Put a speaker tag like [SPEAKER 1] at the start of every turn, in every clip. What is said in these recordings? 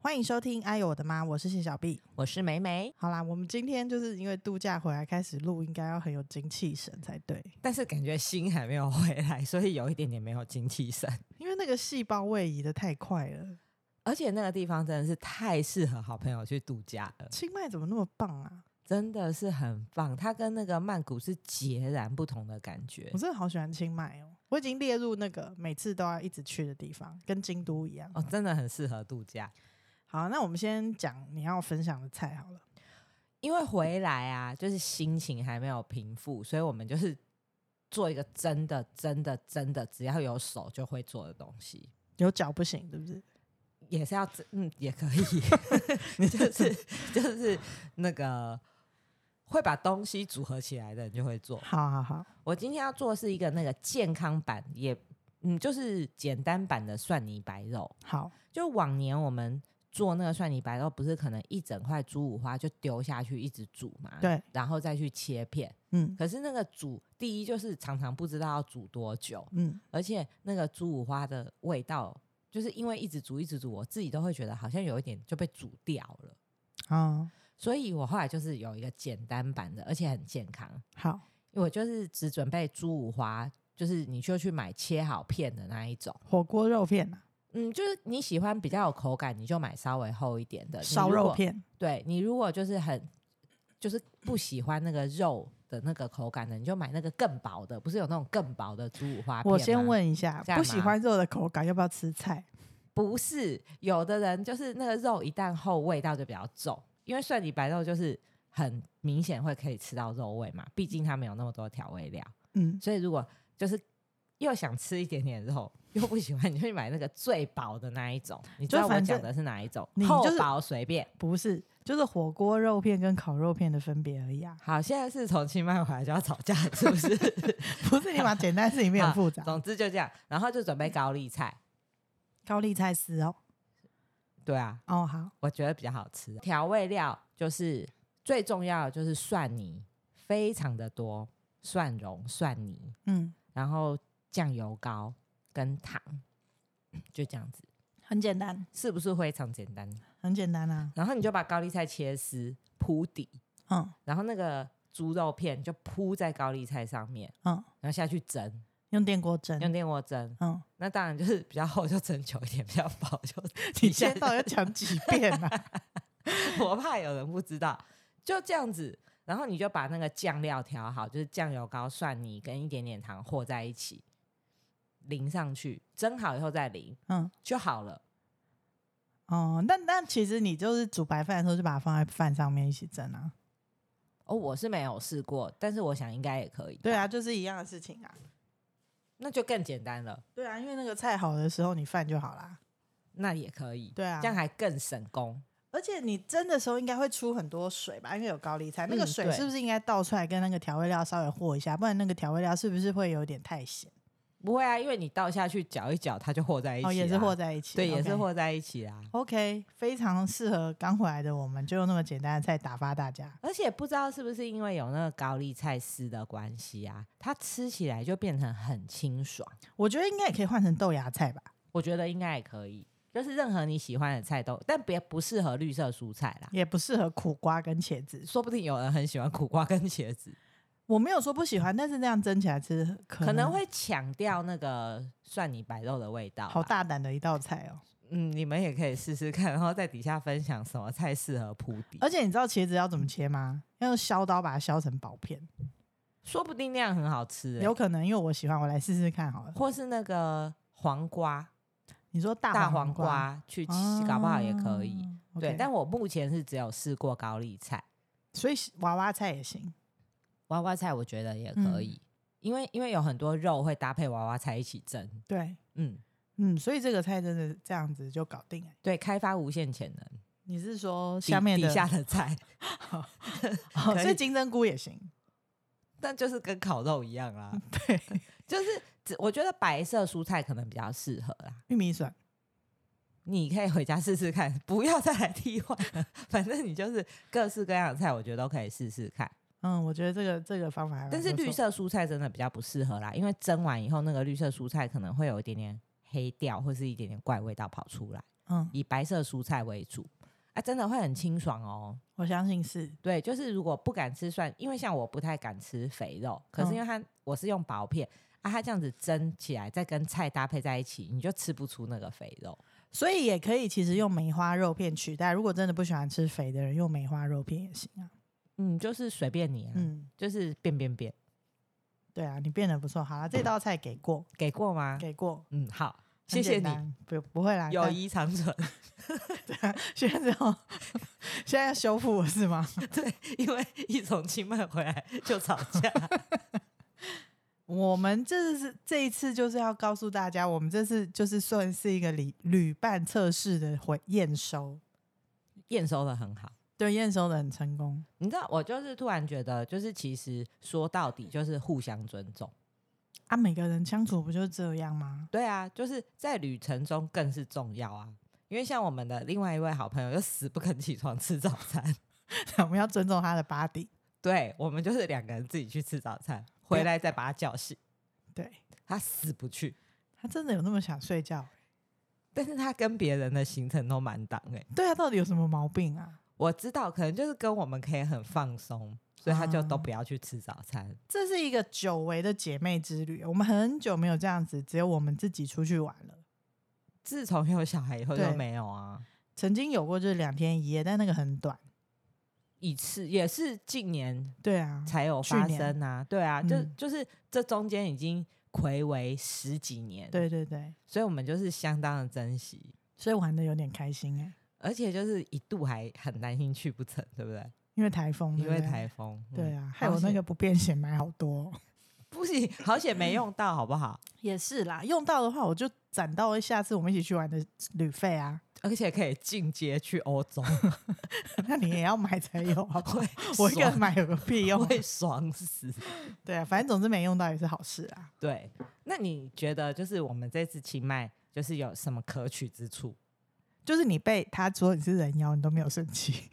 [SPEAKER 1] 欢迎收听《哎呦我的妈》，我是谢小碧。
[SPEAKER 2] 我是梅梅，
[SPEAKER 1] 好啦，我们今天就是因为度假回来开始录，应该要很有精气神才对，
[SPEAKER 2] 但是感觉心还没有回来，所以有一点点没有精气神。
[SPEAKER 1] 因为那个细胞位移的太快了。
[SPEAKER 2] 而且那个地方真的是太适合好朋友去度假了，
[SPEAKER 1] 清迈怎么那么棒啊？
[SPEAKER 2] 真的是很棒。它跟那个曼谷是截然不同的感觉
[SPEAKER 1] 我。真的好喜欢清迈哦，我已经列入那个每次都要一直去的地方，跟京都一样。
[SPEAKER 2] 哦，真的很适合度假，
[SPEAKER 1] 好，那我们先讲你要分享的菜好了。
[SPEAKER 2] 因为回来啊，就是心情还没有平复，所以我们就是做一个真的、真的、真的，只要有手就会做的东西，
[SPEAKER 1] 有脚不行，对不对？
[SPEAKER 2] 也是要真嗯，也可以，你 就是就是那个会把东西组合起来的人就会做。
[SPEAKER 1] 好好好，
[SPEAKER 2] 我今天要做的是一个那个健康版，也嗯，就是简单版的蒜泥白肉。
[SPEAKER 1] 好，
[SPEAKER 2] 就往年我们做那个蒜泥白肉，不是可能一整块猪五花就丢下去一直煮嘛？
[SPEAKER 1] 对，
[SPEAKER 2] 然后再去切片。
[SPEAKER 1] 嗯
[SPEAKER 2] 可是那个煮，第一就是常常不知道要煮多久，
[SPEAKER 1] 嗯，
[SPEAKER 2] 而且那个猪五花的味道，就是因为一直煮一直煮，我自己都会觉得好像有一点就被煮掉了。
[SPEAKER 1] 哦，
[SPEAKER 2] 所以我后来就是有一个简单版的，而且很健康。
[SPEAKER 1] 好，
[SPEAKER 2] 我就是只准备猪五花，就是你就去买切好片的那一种。
[SPEAKER 1] 火锅肉片啊，
[SPEAKER 2] 嗯，就是你喜欢比较有口感，你就买稍微厚一点的呃你
[SPEAKER 1] 烧
[SPEAKER 2] 如
[SPEAKER 1] 肉
[SPEAKER 2] 果。
[SPEAKER 1] 片，
[SPEAKER 2] 对你如果就是很就是不喜欢那个肉的那个口感的，你就买那个更薄的，不是有那种更薄的猪五花片
[SPEAKER 1] 我先
[SPEAKER 2] 吗，
[SPEAKER 1] 问一下，
[SPEAKER 2] 这样
[SPEAKER 1] 不喜
[SPEAKER 2] 吗
[SPEAKER 1] 欢肉的口感，要不要吃菜？
[SPEAKER 2] 不是有的人就是那个肉一旦厚，味道就比较重，因为蒜泥白肉就是很明显会可以吃到肉味嘛，毕竟它没有那么多调味料。
[SPEAKER 1] 嗯，
[SPEAKER 2] 所以如果就是又想吃一点点肉，又不喜欢，你就去买那个最薄的那一种。你知
[SPEAKER 1] 就
[SPEAKER 2] 道我
[SPEAKER 1] 反
[SPEAKER 2] 讲
[SPEAKER 1] 正
[SPEAKER 2] 的是哪一种
[SPEAKER 1] 你？
[SPEAKER 2] 厚
[SPEAKER 1] 就是
[SPEAKER 2] 薄随便。
[SPEAKER 1] 不是，就是火锅肉片跟烤肉片的分别而已啊，
[SPEAKER 2] 好，现在是从清迈回来就要吵架，是不是？
[SPEAKER 1] 不是你把简单的事情 变很复杂。
[SPEAKER 2] 总之就这样，然后就准备高丽菜。
[SPEAKER 1] 高丽菜丝哦，
[SPEAKER 2] 对啊，
[SPEAKER 1] 哦好，
[SPEAKER 2] 我觉得比较好吃。调味料就是最重要的就是蒜泥，非常的多，蒜蓉、蒜泥，
[SPEAKER 1] 嗯，
[SPEAKER 2] 然后酱油膏跟糖，就这样子，
[SPEAKER 1] 很简单，
[SPEAKER 2] 是不是非常简单？
[SPEAKER 1] 很简单啊，
[SPEAKER 2] 然后你就把高丽菜切丝铺底，
[SPEAKER 1] 嗯
[SPEAKER 2] 然后那个猪肉片就铺在高丽菜上面，
[SPEAKER 1] 嗯，
[SPEAKER 2] 然后下去蒸，
[SPEAKER 1] 用电锅蒸，
[SPEAKER 2] 用电锅蒸。
[SPEAKER 1] 嗯，
[SPEAKER 2] 那当然就是比较厚就蒸久一点，比较薄就
[SPEAKER 1] 你
[SPEAKER 2] 一下
[SPEAKER 1] 现在到 底要讲几遍 啊？
[SPEAKER 2] 我怕有人不知道，就这样子。然后你就把那个酱料调好，就是酱油膏、蒜泥跟一点点糖和在一起，淋上去，蒸好以后再淋
[SPEAKER 1] 嗯。
[SPEAKER 2] 就好了。
[SPEAKER 1] 哦，但但其实你就是煮白饭的时候就把它放在饭上面一起蒸啊，
[SPEAKER 2] 哦，我是没有试过，但是我想应该也可以。
[SPEAKER 1] 对啊，就是一样的事情啊，
[SPEAKER 2] 那就更简单了，
[SPEAKER 1] 对啊，因为那个菜好的时候你饭就好啦，
[SPEAKER 2] 那也可以，
[SPEAKER 1] 对啊
[SPEAKER 2] 这，样还更省工。
[SPEAKER 1] 而且你蒸的时候应该会出很多水吧，因为有高丽菜，那个
[SPEAKER 2] 嗯
[SPEAKER 1] 水
[SPEAKER 2] 对
[SPEAKER 1] 是不是应该倒出来跟那个调味料稍微和一下，不然那个调味料是不是会有点太咸？
[SPEAKER 2] 不会啊，因为你倒下去搅一搅，它就和在一起、啊。
[SPEAKER 1] 哦，也是和在一起，
[SPEAKER 2] 对，也
[SPEAKER 1] OK
[SPEAKER 2] 是。和在一起啊。
[SPEAKER 1] OK，非常适合刚回来的我们，就用那么简单的菜打发大家。
[SPEAKER 2] 而且不知道是不是因为有那个高丽菜丝的关系啊，它吃起来就变成很清爽。
[SPEAKER 1] 我觉得应该也可以换成豆芽菜吧。
[SPEAKER 2] 我觉得应该也可以，就是任何你喜欢的菜都，但别不适合绿色蔬菜啦。
[SPEAKER 1] 也不适合苦瓜跟茄子。
[SPEAKER 2] 说不定有人很喜欢苦瓜跟茄子，
[SPEAKER 1] 我没有说不喜欢，但是那样蒸起来吃可
[SPEAKER 2] 可能会抢掉那个蒜泥白肉的味道。
[SPEAKER 1] 好，大胆的一道菜哦。
[SPEAKER 2] 嗯，你们也可以试试看，然后在底下分享什么菜适合铺底，
[SPEAKER 1] 而且你知道茄子要怎么切吗？要用削刀把它削成薄片，
[SPEAKER 2] 说不定那样很好吃、欸
[SPEAKER 1] 有。可能因为我喜欢，我来试试看好了。
[SPEAKER 2] 或是那个黄瓜，
[SPEAKER 1] 你说大
[SPEAKER 2] 大
[SPEAKER 1] 黄
[SPEAKER 2] 黄瓜去吃，搞不好也可以。。
[SPEAKER 1] 哦
[SPEAKER 2] 对
[SPEAKER 1] OK，
[SPEAKER 2] 但我目前是只有试过高丽菜、
[SPEAKER 1] 所以娃娃菜也行。
[SPEAKER 2] 娃娃菜，我觉得也
[SPEAKER 1] 嗯
[SPEAKER 2] 可以，因为因为有很多肉会搭配娃娃菜一起蒸。
[SPEAKER 1] 对，
[SPEAKER 2] 嗯，
[SPEAKER 1] 嗯，所以这个菜真的这样子就搞定、欸。
[SPEAKER 2] 对，开发无限潜能。
[SPEAKER 1] 你是说
[SPEAKER 2] 底
[SPEAKER 1] 下面的
[SPEAKER 2] 底下 的菜，
[SPEAKER 1] 哦，
[SPEAKER 2] 可以
[SPEAKER 1] 所以金针菇也行。
[SPEAKER 2] 但就是跟烤肉一样啦，
[SPEAKER 1] 对，
[SPEAKER 2] 就是只我觉得白色蔬菜可能比较适合啦。
[SPEAKER 1] 玉米笋。
[SPEAKER 2] 你可以回家试试看，不要再来替换了。反正你就是各式各样的菜，我觉得都可以试试看。
[SPEAKER 1] 嗯，我觉得这个这个方法还蛮
[SPEAKER 2] 但是
[SPEAKER 1] 嗯不错
[SPEAKER 2] 绿色蔬菜真的比较不适合啦，因为蒸完以后那个绿色蔬菜可能会有一点点黑掉，或是一点点怪味道跑出来。
[SPEAKER 1] 嗯，
[SPEAKER 2] 以白色蔬菜为主，啊，真的会很清爽哦。
[SPEAKER 1] 我相信是，
[SPEAKER 2] 对，就是如果不敢吃蒜，因为像我不太敢吃肥肉，可是因为
[SPEAKER 1] 嗯
[SPEAKER 2] 它、我是用薄片啊，它这样子蒸起来，再跟菜搭配在一起，你就吃不出那个肥肉。
[SPEAKER 1] 所以也可以其实用梅花肉片取代。如果真的不喜欢吃肥的人，用梅花肉片也行啊。
[SPEAKER 2] 嗯，就是随便你啊，
[SPEAKER 1] 嗯，
[SPEAKER 2] 就是变变变，
[SPEAKER 1] 对啊，你变得不错。好了，这道菜给过，
[SPEAKER 2] 给过吗？
[SPEAKER 1] 给过，
[SPEAKER 2] 嗯，好，
[SPEAKER 1] 很
[SPEAKER 2] 谢谢
[SPEAKER 1] 简
[SPEAKER 2] 你，
[SPEAKER 1] 单，不不会啦。
[SPEAKER 2] 友
[SPEAKER 1] 但
[SPEAKER 2] 谊长存。
[SPEAKER 1] 现在只有 现在要修复我是吗？
[SPEAKER 2] 对，因为一从清迈回来就吵 架，
[SPEAKER 1] 我们这是这一次就是要告诉大家，我们这次就是算是一个旅旅伴测试的回验收，
[SPEAKER 2] 验收的很好。
[SPEAKER 1] 对，验收的很成功。
[SPEAKER 2] 你知道，我就是突然觉得，就是其实说到底就是互相尊重。
[SPEAKER 1] 啊，每个人相处不就是这样吗？
[SPEAKER 2] 对啊，就是在旅程中更是重要啊。因为像我们的另外一位好朋友，就死不肯起床吃早餐。
[SPEAKER 1] 我们要尊重他的 body，
[SPEAKER 2] 对我们就是两个人自己去吃早餐，
[SPEAKER 1] 不
[SPEAKER 2] 回
[SPEAKER 1] 要
[SPEAKER 2] 来再把他叫醒，
[SPEAKER 1] 对
[SPEAKER 2] 他死不去。
[SPEAKER 1] 他真的有那么想睡觉？
[SPEAKER 2] 但是他跟别人的行程都满档哎、
[SPEAKER 1] 对啊，到底有什么毛病啊？
[SPEAKER 2] 我知道可能就是跟我们可以很放松，所以他就都
[SPEAKER 1] 啊
[SPEAKER 2] 不要去吃早餐。
[SPEAKER 1] 这是一个久违的姐妹之旅，我们很久没有这样子，只有我们自己出去玩了。
[SPEAKER 2] 自从有小孩以后就
[SPEAKER 1] 对
[SPEAKER 2] 没有啊，
[SPEAKER 1] 曾经有过就是两天一夜，但那个很短。
[SPEAKER 2] 一次也是近年
[SPEAKER 1] 对啊，
[SPEAKER 2] 才有
[SPEAKER 1] 去
[SPEAKER 2] 发
[SPEAKER 1] 年
[SPEAKER 2] 生啊，对啊，就
[SPEAKER 1] 嗯
[SPEAKER 2] 就是这中间已经暌违十几年，，
[SPEAKER 1] 对对对，
[SPEAKER 2] 所以我们就是相当的珍惜，
[SPEAKER 1] 所以玩的有点开心哎、
[SPEAKER 2] 而且就是一度还很担心去不成，对不对？
[SPEAKER 1] 因为台风，
[SPEAKER 2] 因为
[SPEAKER 1] 对不对
[SPEAKER 2] 台风，嗯
[SPEAKER 1] 对啊，还
[SPEAKER 2] 好
[SPEAKER 1] 有那
[SPEAKER 2] 险
[SPEAKER 1] 个不便险买好多哦、
[SPEAKER 2] 不行，好险没用到，好不好？
[SPEAKER 1] 也是啦，用到的话我就攒到下次我们一起去玩的旅费啊。
[SPEAKER 2] 而且可以进阶去 欧洲，
[SPEAKER 1] 那你也要买才有 好不好
[SPEAKER 2] 会
[SPEAKER 1] 我一个人
[SPEAKER 2] 爽
[SPEAKER 1] 买有个屁 用啊？
[SPEAKER 2] 会爽死。
[SPEAKER 1] 对啊，反正总之没用到也是好事啊。
[SPEAKER 2] 对，那你觉得就是我们这次清迈就是有什么可取之处？
[SPEAKER 1] 就是你被他说你是人妖，你都没有生气，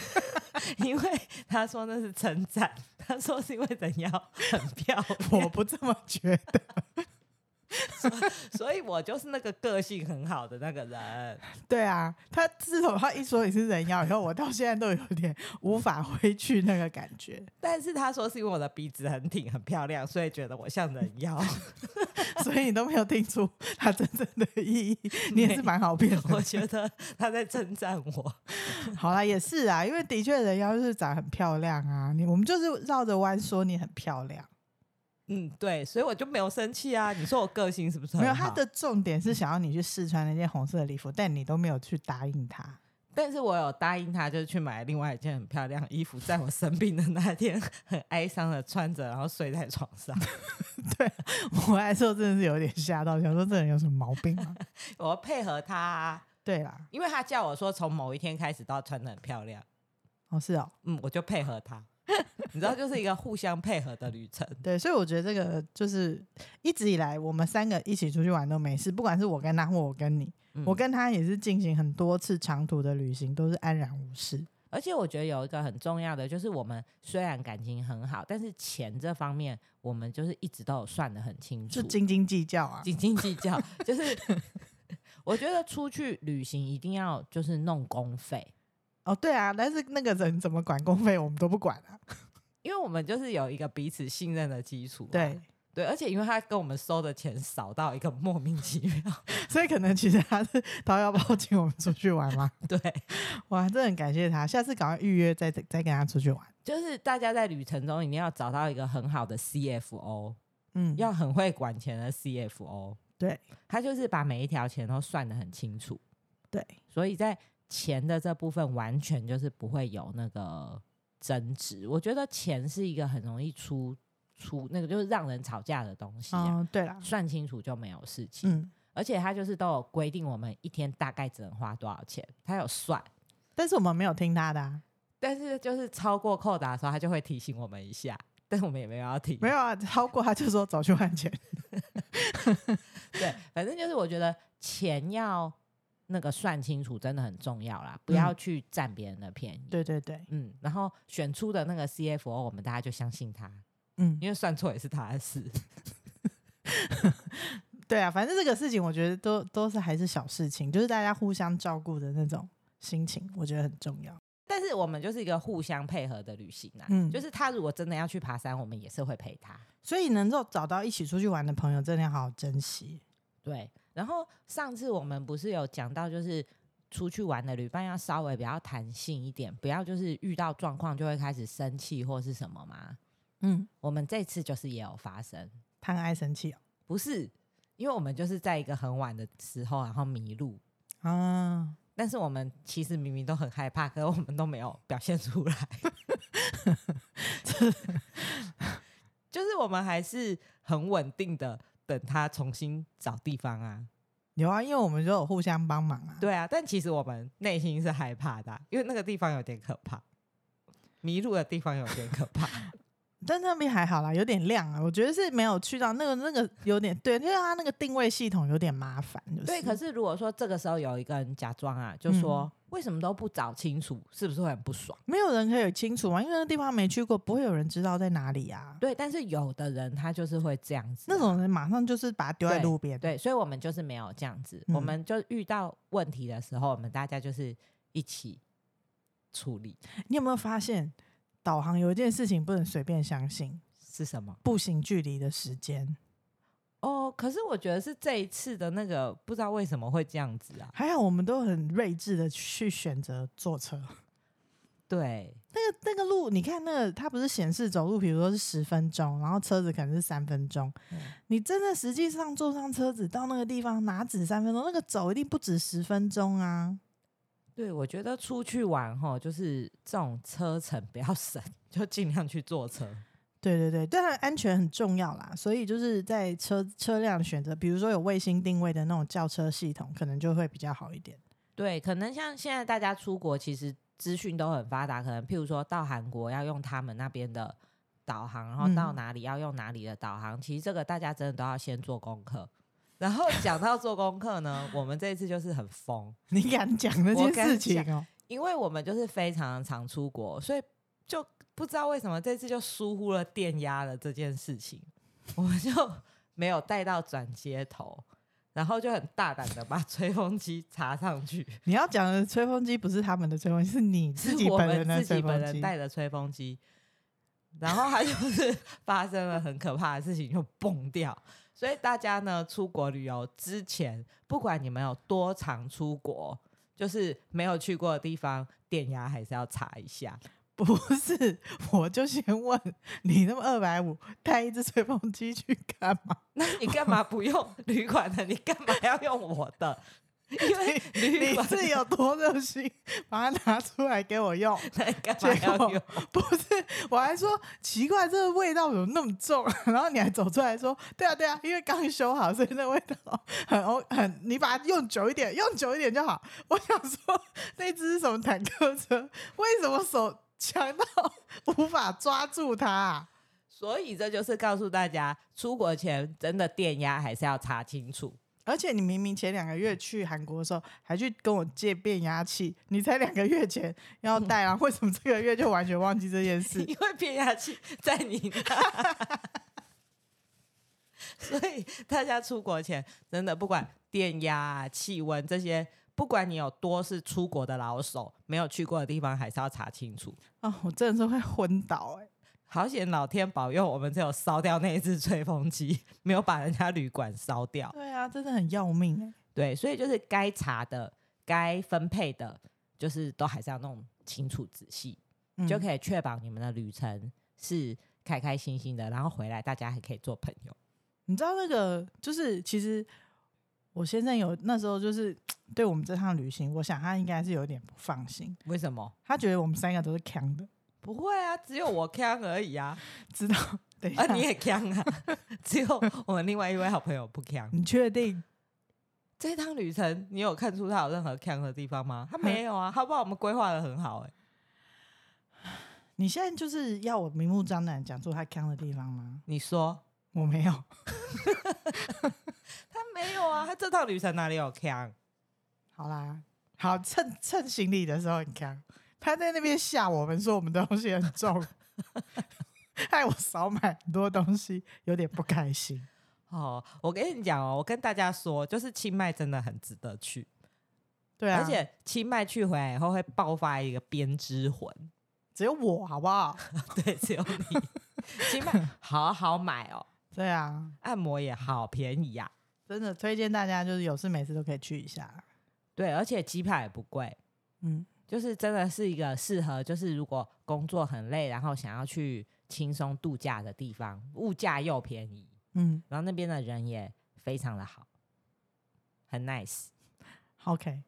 [SPEAKER 2] 因为他说那是称赞，他说是因为人妖很漂
[SPEAKER 1] 我
[SPEAKER 2] 亮，
[SPEAKER 1] 不这么觉得。
[SPEAKER 2] 所以我就是那个个性很好的那个人。
[SPEAKER 1] 对啊，他自从他一说你是人妖以后，我到现在都有点无法挥去那个感觉，
[SPEAKER 2] 但是他说是因为我的鼻子很挺、很漂亮，所以觉得我像人妖。
[SPEAKER 1] 所以你都没有听出他真正的意义， 你也是蛮好骗
[SPEAKER 2] 我
[SPEAKER 1] 的。
[SPEAKER 2] 觉得他在称赞我。
[SPEAKER 1] 好啦，也是啊，因为的确人妖就是长得很漂亮啊，你我们就是绕着弯说你很漂亮，
[SPEAKER 2] 嗯，对，所以我就没有生气啊。你说我个性是不是很
[SPEAKER 1] 没有
[SPEAKER 2] 好？
[SPEAKER 1] 他的，重点是想要你去试穿那件红色的礼服，但你都没有去答应他。
[SPEAKER 2] 但是我有答应他，就是去买另外一件很漂亮的衣服，在我生病的那天，很哀伤的穿着，然后睡在床上。
[SPEAKER 1] 我来说真的是有点吓到，想说这人有什么毛病 啊？
[SPEAKER 2] 我要配合他、啊。
[SPEAKER 1] 对啦，
[SPEAKER 2] 因为他叫我说从某一天开始都要穿的很漂亮，
[SPEAKER 1] 哦是哦，
[SPEAKER 2] 嗯，我就配合他。 你知道，就是一个互相配合的旅程。
[SPEAKER 1] 对，所以我觉得这个就是一直以来我们三个一起出去玩都没事，不管是我跟他或我跟你，
[SPEAKER 2] 嗯
[SPEAKER 1] 我跟他也是进行很多次长途的旅行，都是安然无事。
[SPEAKER 2] 而且我觉得有一个很重要的，就是我们虽然感情很好，但是钱这方面，我们就是一直都有算的很清楚
[SPEAKER 1] 就，斤斤计较啊，
[SPEAKER 2] 斤斤计较。就是 我觉得出去旅行一定要就是弄公费，
[SPEAKER 1] 哦，对啊，但是那个人怎么管公费，我们都不管啊。
[SPEAKER 2] 因为我们就是有一个彼此信任的基础啊、
[SPEAKER 1] 对，
[SPEAKER 2] 对，而且因为他跟我们收的钱少到一个莫名其妙，
[SPEAKER 1] 所以可能其实他是掏腰包请我们出去玩嘛。
[SPEAKER 2] 对，
[SPEAKER 1] 哇，真的很感谢他，下次赶快预约再再跟他出去玩。
[SPEAKER 2] 就是大家在旅程中一定要找到一个很好的 CFO，
[SPEAKER 1] 嗯，
[SPEAKER 2] 要很会管钱的 CFO。
[SPEAKER 1] 对
[SPEAKER 2] 他就是把每一条钱都算得很清楚，
[SPEAKER 1] 对，
[SPEAKER 2] 所以在钱的这部分完全就是不会有那个争执。我觉得钱是一个很容易出出那个就是让人吵架的东西、啊，
[SPEAKER 1] 哦，对啦，
[SPEAKER 2] 算清楚就没有事情。
[SPEAKER 1] 嗯，
[SPEAKER 2] 而且他就是都有规定，我们一天大概只能花多少钱，他有算。
[SPEAKER 1] 但是我们没有听他的、啊，
[SPEAKER 2] 但是就是超过扣打的时候，他就会提醒我们一下，但我们也没有要提，
[SPEAKER 1] 没有啊，超过他就说走去换钱。
[SPEAKER 2] 对，反正就是我觉得钱要那个算清楚，真的很重要
[SPEAKER 1] 嗯
[SPEAKER 2] 啦，不要去占别人的便宜。
[SPEAKER 1] 对对对，
[SPEAKER 2] 嗯，然后选出的那个 CFO，我们大家就相信他，
[SPEAKER 1] 嗯，
[SPEAKER 2] 因为算错也是他的事。
[SPEAKER 1] 对啊，反正这个事情我觉得都都是还是小事情，就是大家互相照顾的那种心情，我觉得很重要。
[SPEAKER 2] 但是我们就是一个互相配合的旅行啊，
[SPEAKER 1] 嗯
[SPEAKER 2] 就是他如果真的要去爬山，我们也是会陪他。
[SPEAKER 1] 所以能够找到一起出去玩的朋友，真的要好好珍惜。
[SPEAKER 2] 对，然后上次我们不是有讲到，就是出去玩的旅伴要稍微比较弹性一点，不要就是遇到状况就会开始生气或是什么嘛。
[SPEAKER 1] 嗯，
[SPEAKER 2] 我们这次就是也有发生，
[SPEAKER 1] 贪爱生气哦
[SPEAKER 2] 不是因为我们就是在一个很晚的时候，然后迷路，
[SPEAKER 1] 哦啊，
[SPEAKER 2] 但是我们其实明明都很害怕，可是我们都没有表现出来。 就是我们还是很稳定的等他重新找地方啊，
[SPEAKER 1] 有啊，因为我们就有互相帮忙啊。
[SPEAKER 2] 对啊，但其实我们内心是害怕的啊、因为那个地方有点可怕，迷路的地方有点可怕。
[SPEAKER 1] 但那边还好啦，有点亮啊。我觉得是没有去到那个那个有点对，因为它那个定位系统有点麻烦。就是、
[SPEAKER 2] 对，可是如果说这个时候有一个人假装啊，就说、为什么都不找清楚，是不是会很不爽？
[SPEAKER 1] 没有人可以清楚啊，因为那地方没去过，不会有人知道在哪里啊。
[SPEAKER 2] 对，但是有的人他就是会这样子啊、
[SPEAKER 1] 那种人马上就是把它丢在
[SPEAKER 2] 对
[SPEAKER 1] 路边。
[SPEAKER 2] 对，所以我们就是没有这样子，我
[SPEAKER 1] 嗯
[SPEAKER 2] 们就遇到问题的时候，我们大家就是一起处理
[SPEAKER 1] 你有没有发现，导航有一件事情不能随便相信？
[SPEAKER 2] 是什么？
[SPEAKER 1] 步行距离的时间，
[SPEAKER 2] 哦，可是我觉得是这一次的那个，不知道为什么会这样子啊？
[SPEAKER 1] 还好我们都很睿智的去选择坐车。
[SPEAKER 2] 对，
[SPEAKER 1] 那个那个路，你看那个，它不是显示走路，比如说是十分钟，然后车子可能是三分钟。
[SPEAKER 2] 嗯
[SPEAKER 1] 你真的实际上坐上车子到那个地方，哪止三分钟？那个走一定不止十分钟啊！
[SPEAKER 2] 对，我觉得出去玩吼，就是这种车程 不要省，就尽量去坐车。
[SPEAKER 1] 对对对，当然安全很重要啦，所以就是在车车辆选择，比如说有卫星定位的那种轿车系统，可能就会比较好一点。
[SPEAKER 2] 对，可能像现在大家出国，其实资讯都很发达，可能譬如说到韩国要用他们那边的导航，然后到
[SPEAKER 1] 嗯
[SPEAKER 2] 哪里要用哪里的导航。其实这个大家真的都要先做功课。然后讲到做功课呢，我们这一次就是很疯，
[SPEAKER 1] 你敢讲那
[SPEAKER 2] 我
[SPEAKER 1] 件
[SPEAKER 2] 敢
[SPEAKER 1] 事情哦、
[SPEAKER 2] 因为我们就是非常常出国，所以就不知道为什么这次就疏忽了电压了这件事情，我们就 没有带到转接头，然后就很大胆的把吹风机插上去，
[SPEAKER 1] 你要讲的吹风机不是他们的吹风机，是你自己
[SPEAKER 2] 是我
[SPEAKER 1] 本
[SPEAKER 2] 们
[SPEAKER 1] 人的
[SPEAKER 2] 自
[SPEAKER 1] 吹
[SPEAKER 2] 己本
[SPEAKER 1] 风
[SPEAKER 2] 人
[SPEAKER 1] 机。
[SPEAKER 2] 带的吹风机，然后它就是 发生了很可怕的事情，就崩掉。所以大家呢，出国旅游之前，不管你们有多常出国，就是没有去过的地方，电压还是要查一下。
[SPEAKER 1] 不是，我就先问你，那么二百五带一只吹风机去干嘛？
[SPEAKER 2] 那你干嘛 不用旅馆的？你干嘛要用我的？因为旅
[SPEAKER 1] 你
[SPEAKER 2] 馆
[SPEAKER 1] 是有多热心，把它拿出来给我用？
[SPEAKER 2] 那你干嘛要
[SPEAKER 1] 结
[SPEAKER 2] 用？
[SPEAKER 1] 不是，我还说奇怪，这个味道怎么那么重？啊然后你还走出来说，对啊对啊，因为刚修好，所以那味道很欧很，你把它用久一点，用久一点就好。我想说，那只是什么坦克车？为什么手强到无法抓住它、啊？
[SPEAKER 2] 所以这就是告诉大家，出国前真的电压还是要查清楚。
[SPEAKER 1] 而且你明明前两个月去韩国的时候，还去跟我借变压器，你才两个月前要带啊，为什么这个月就完全忘记这件 事？
[SPEAKER 2] 嗯因为变压器在你那。所以大家出国前真的不管电压啊、气温这些，不管你有多是出国的老手，没有去过的地方还是要查清楚。
[SPEAKER 1] 哦，我真的是会昏倒哎、
[SPEAKER 2] 好险老天保佑，我们只有烧掉那一只吹风机，没有把人家旅馆烧掉。
[SPEAKER 1] 对啊，真的很要命哎、
[SPEAKER 2] 对，所以就是该查的、该分配的，就是都还是要弄清楚仔细，
[SPEAKER 1] 嗯
[SPEAKER 2] 就可以确保你们的旅程是开开心心的，然后回来大家还可以做朋友。
[SPEAKER 1] 你知道那个，就是其实我先生有那时候就是对我们这趟旅行，我想他应该是有点不放心，
[SPEAKER 2] 为什么？
[SPEAKER 1] 他觉得我们三个都是强的，
[SPEAKER 2] 不会啊，只有我呛而已 啊，
[SPEAKER 1] 知道？等一下，
[SPEAKER 2] 啊你也呛啊， 只有我们另外一位好朋友不呛。
[SPEAKER 1] 你确定？
[SPEAKER 2] 这趟旅程你有看出他有任何呛的地方吗？他没有啊，他把我们规划的很好哎、
[SPEAKER 1] 你现在就是要我明目张胆讲出他强的地方吗？
[SPEAKER 2] 你说
[SPEAKER 1] 我没有，
[SPEAKER 2] 他没有啊，他这趟旅程哪里有强？
[SPEAKER 1] 好啦，好趁趁行李的时候很强，他在那边吓我们说我们东西很 重，害我少买很多东西，有点不开心。
[SPEAKER 2] 哦，我跟你讲哦，我跟大家说，就是清迈真的很值得去，
[SPEAKER 1] 对啊，
[SPEAKER 2] 而且清迈去回来以后会爆发一个编织魂，
[SPEAKER 1] 只有我好不好？
[SPEAKER 2] 对，只有你。清迈好好买哦，
[SPEAKER 1] 对啊，
[SPEAKER 2] 按摩也好便宜呀、啊
[SPEAKER 1] 真的推荐大家就是有事没事都可以去一下。
[SPEAKER 2] 对，而且机票也不贵，
[SPEAKER 1] 嗯，
[SPEAKER 2] 就是真的是一个适合，就是如果工作很累，然后想要去轻松度假的地方，物价又便宜，
[SPEAKER 1] 嗯
[SPEAKER 2] 然后那边的人也非常的好，很 nice，
[SPEAKER 1] ，OK，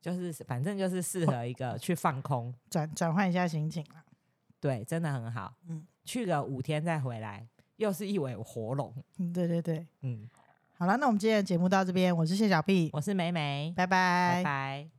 [SPEAKER 2] 就是反正就是适合一个去放空，
[SPEAKER 1] 转转换一下心情啦。
[SPEAKER 2] 对，真的很好。
[SPEAKER 1] 嗯
[SPEAKER 2] 去个五天再回来，又是一尾活龙。
[SPEAKER 1] 嗯，对对对，
[SPEAKER 2] 嗯，
[SPEAKER 1] 好了，那我们今天的节目到这边，我是谢小 P，
[SPEAKER 2] 我是梅梅，
[SPEAKER 1] 拜拜
[SPEAKER 2] 拜拜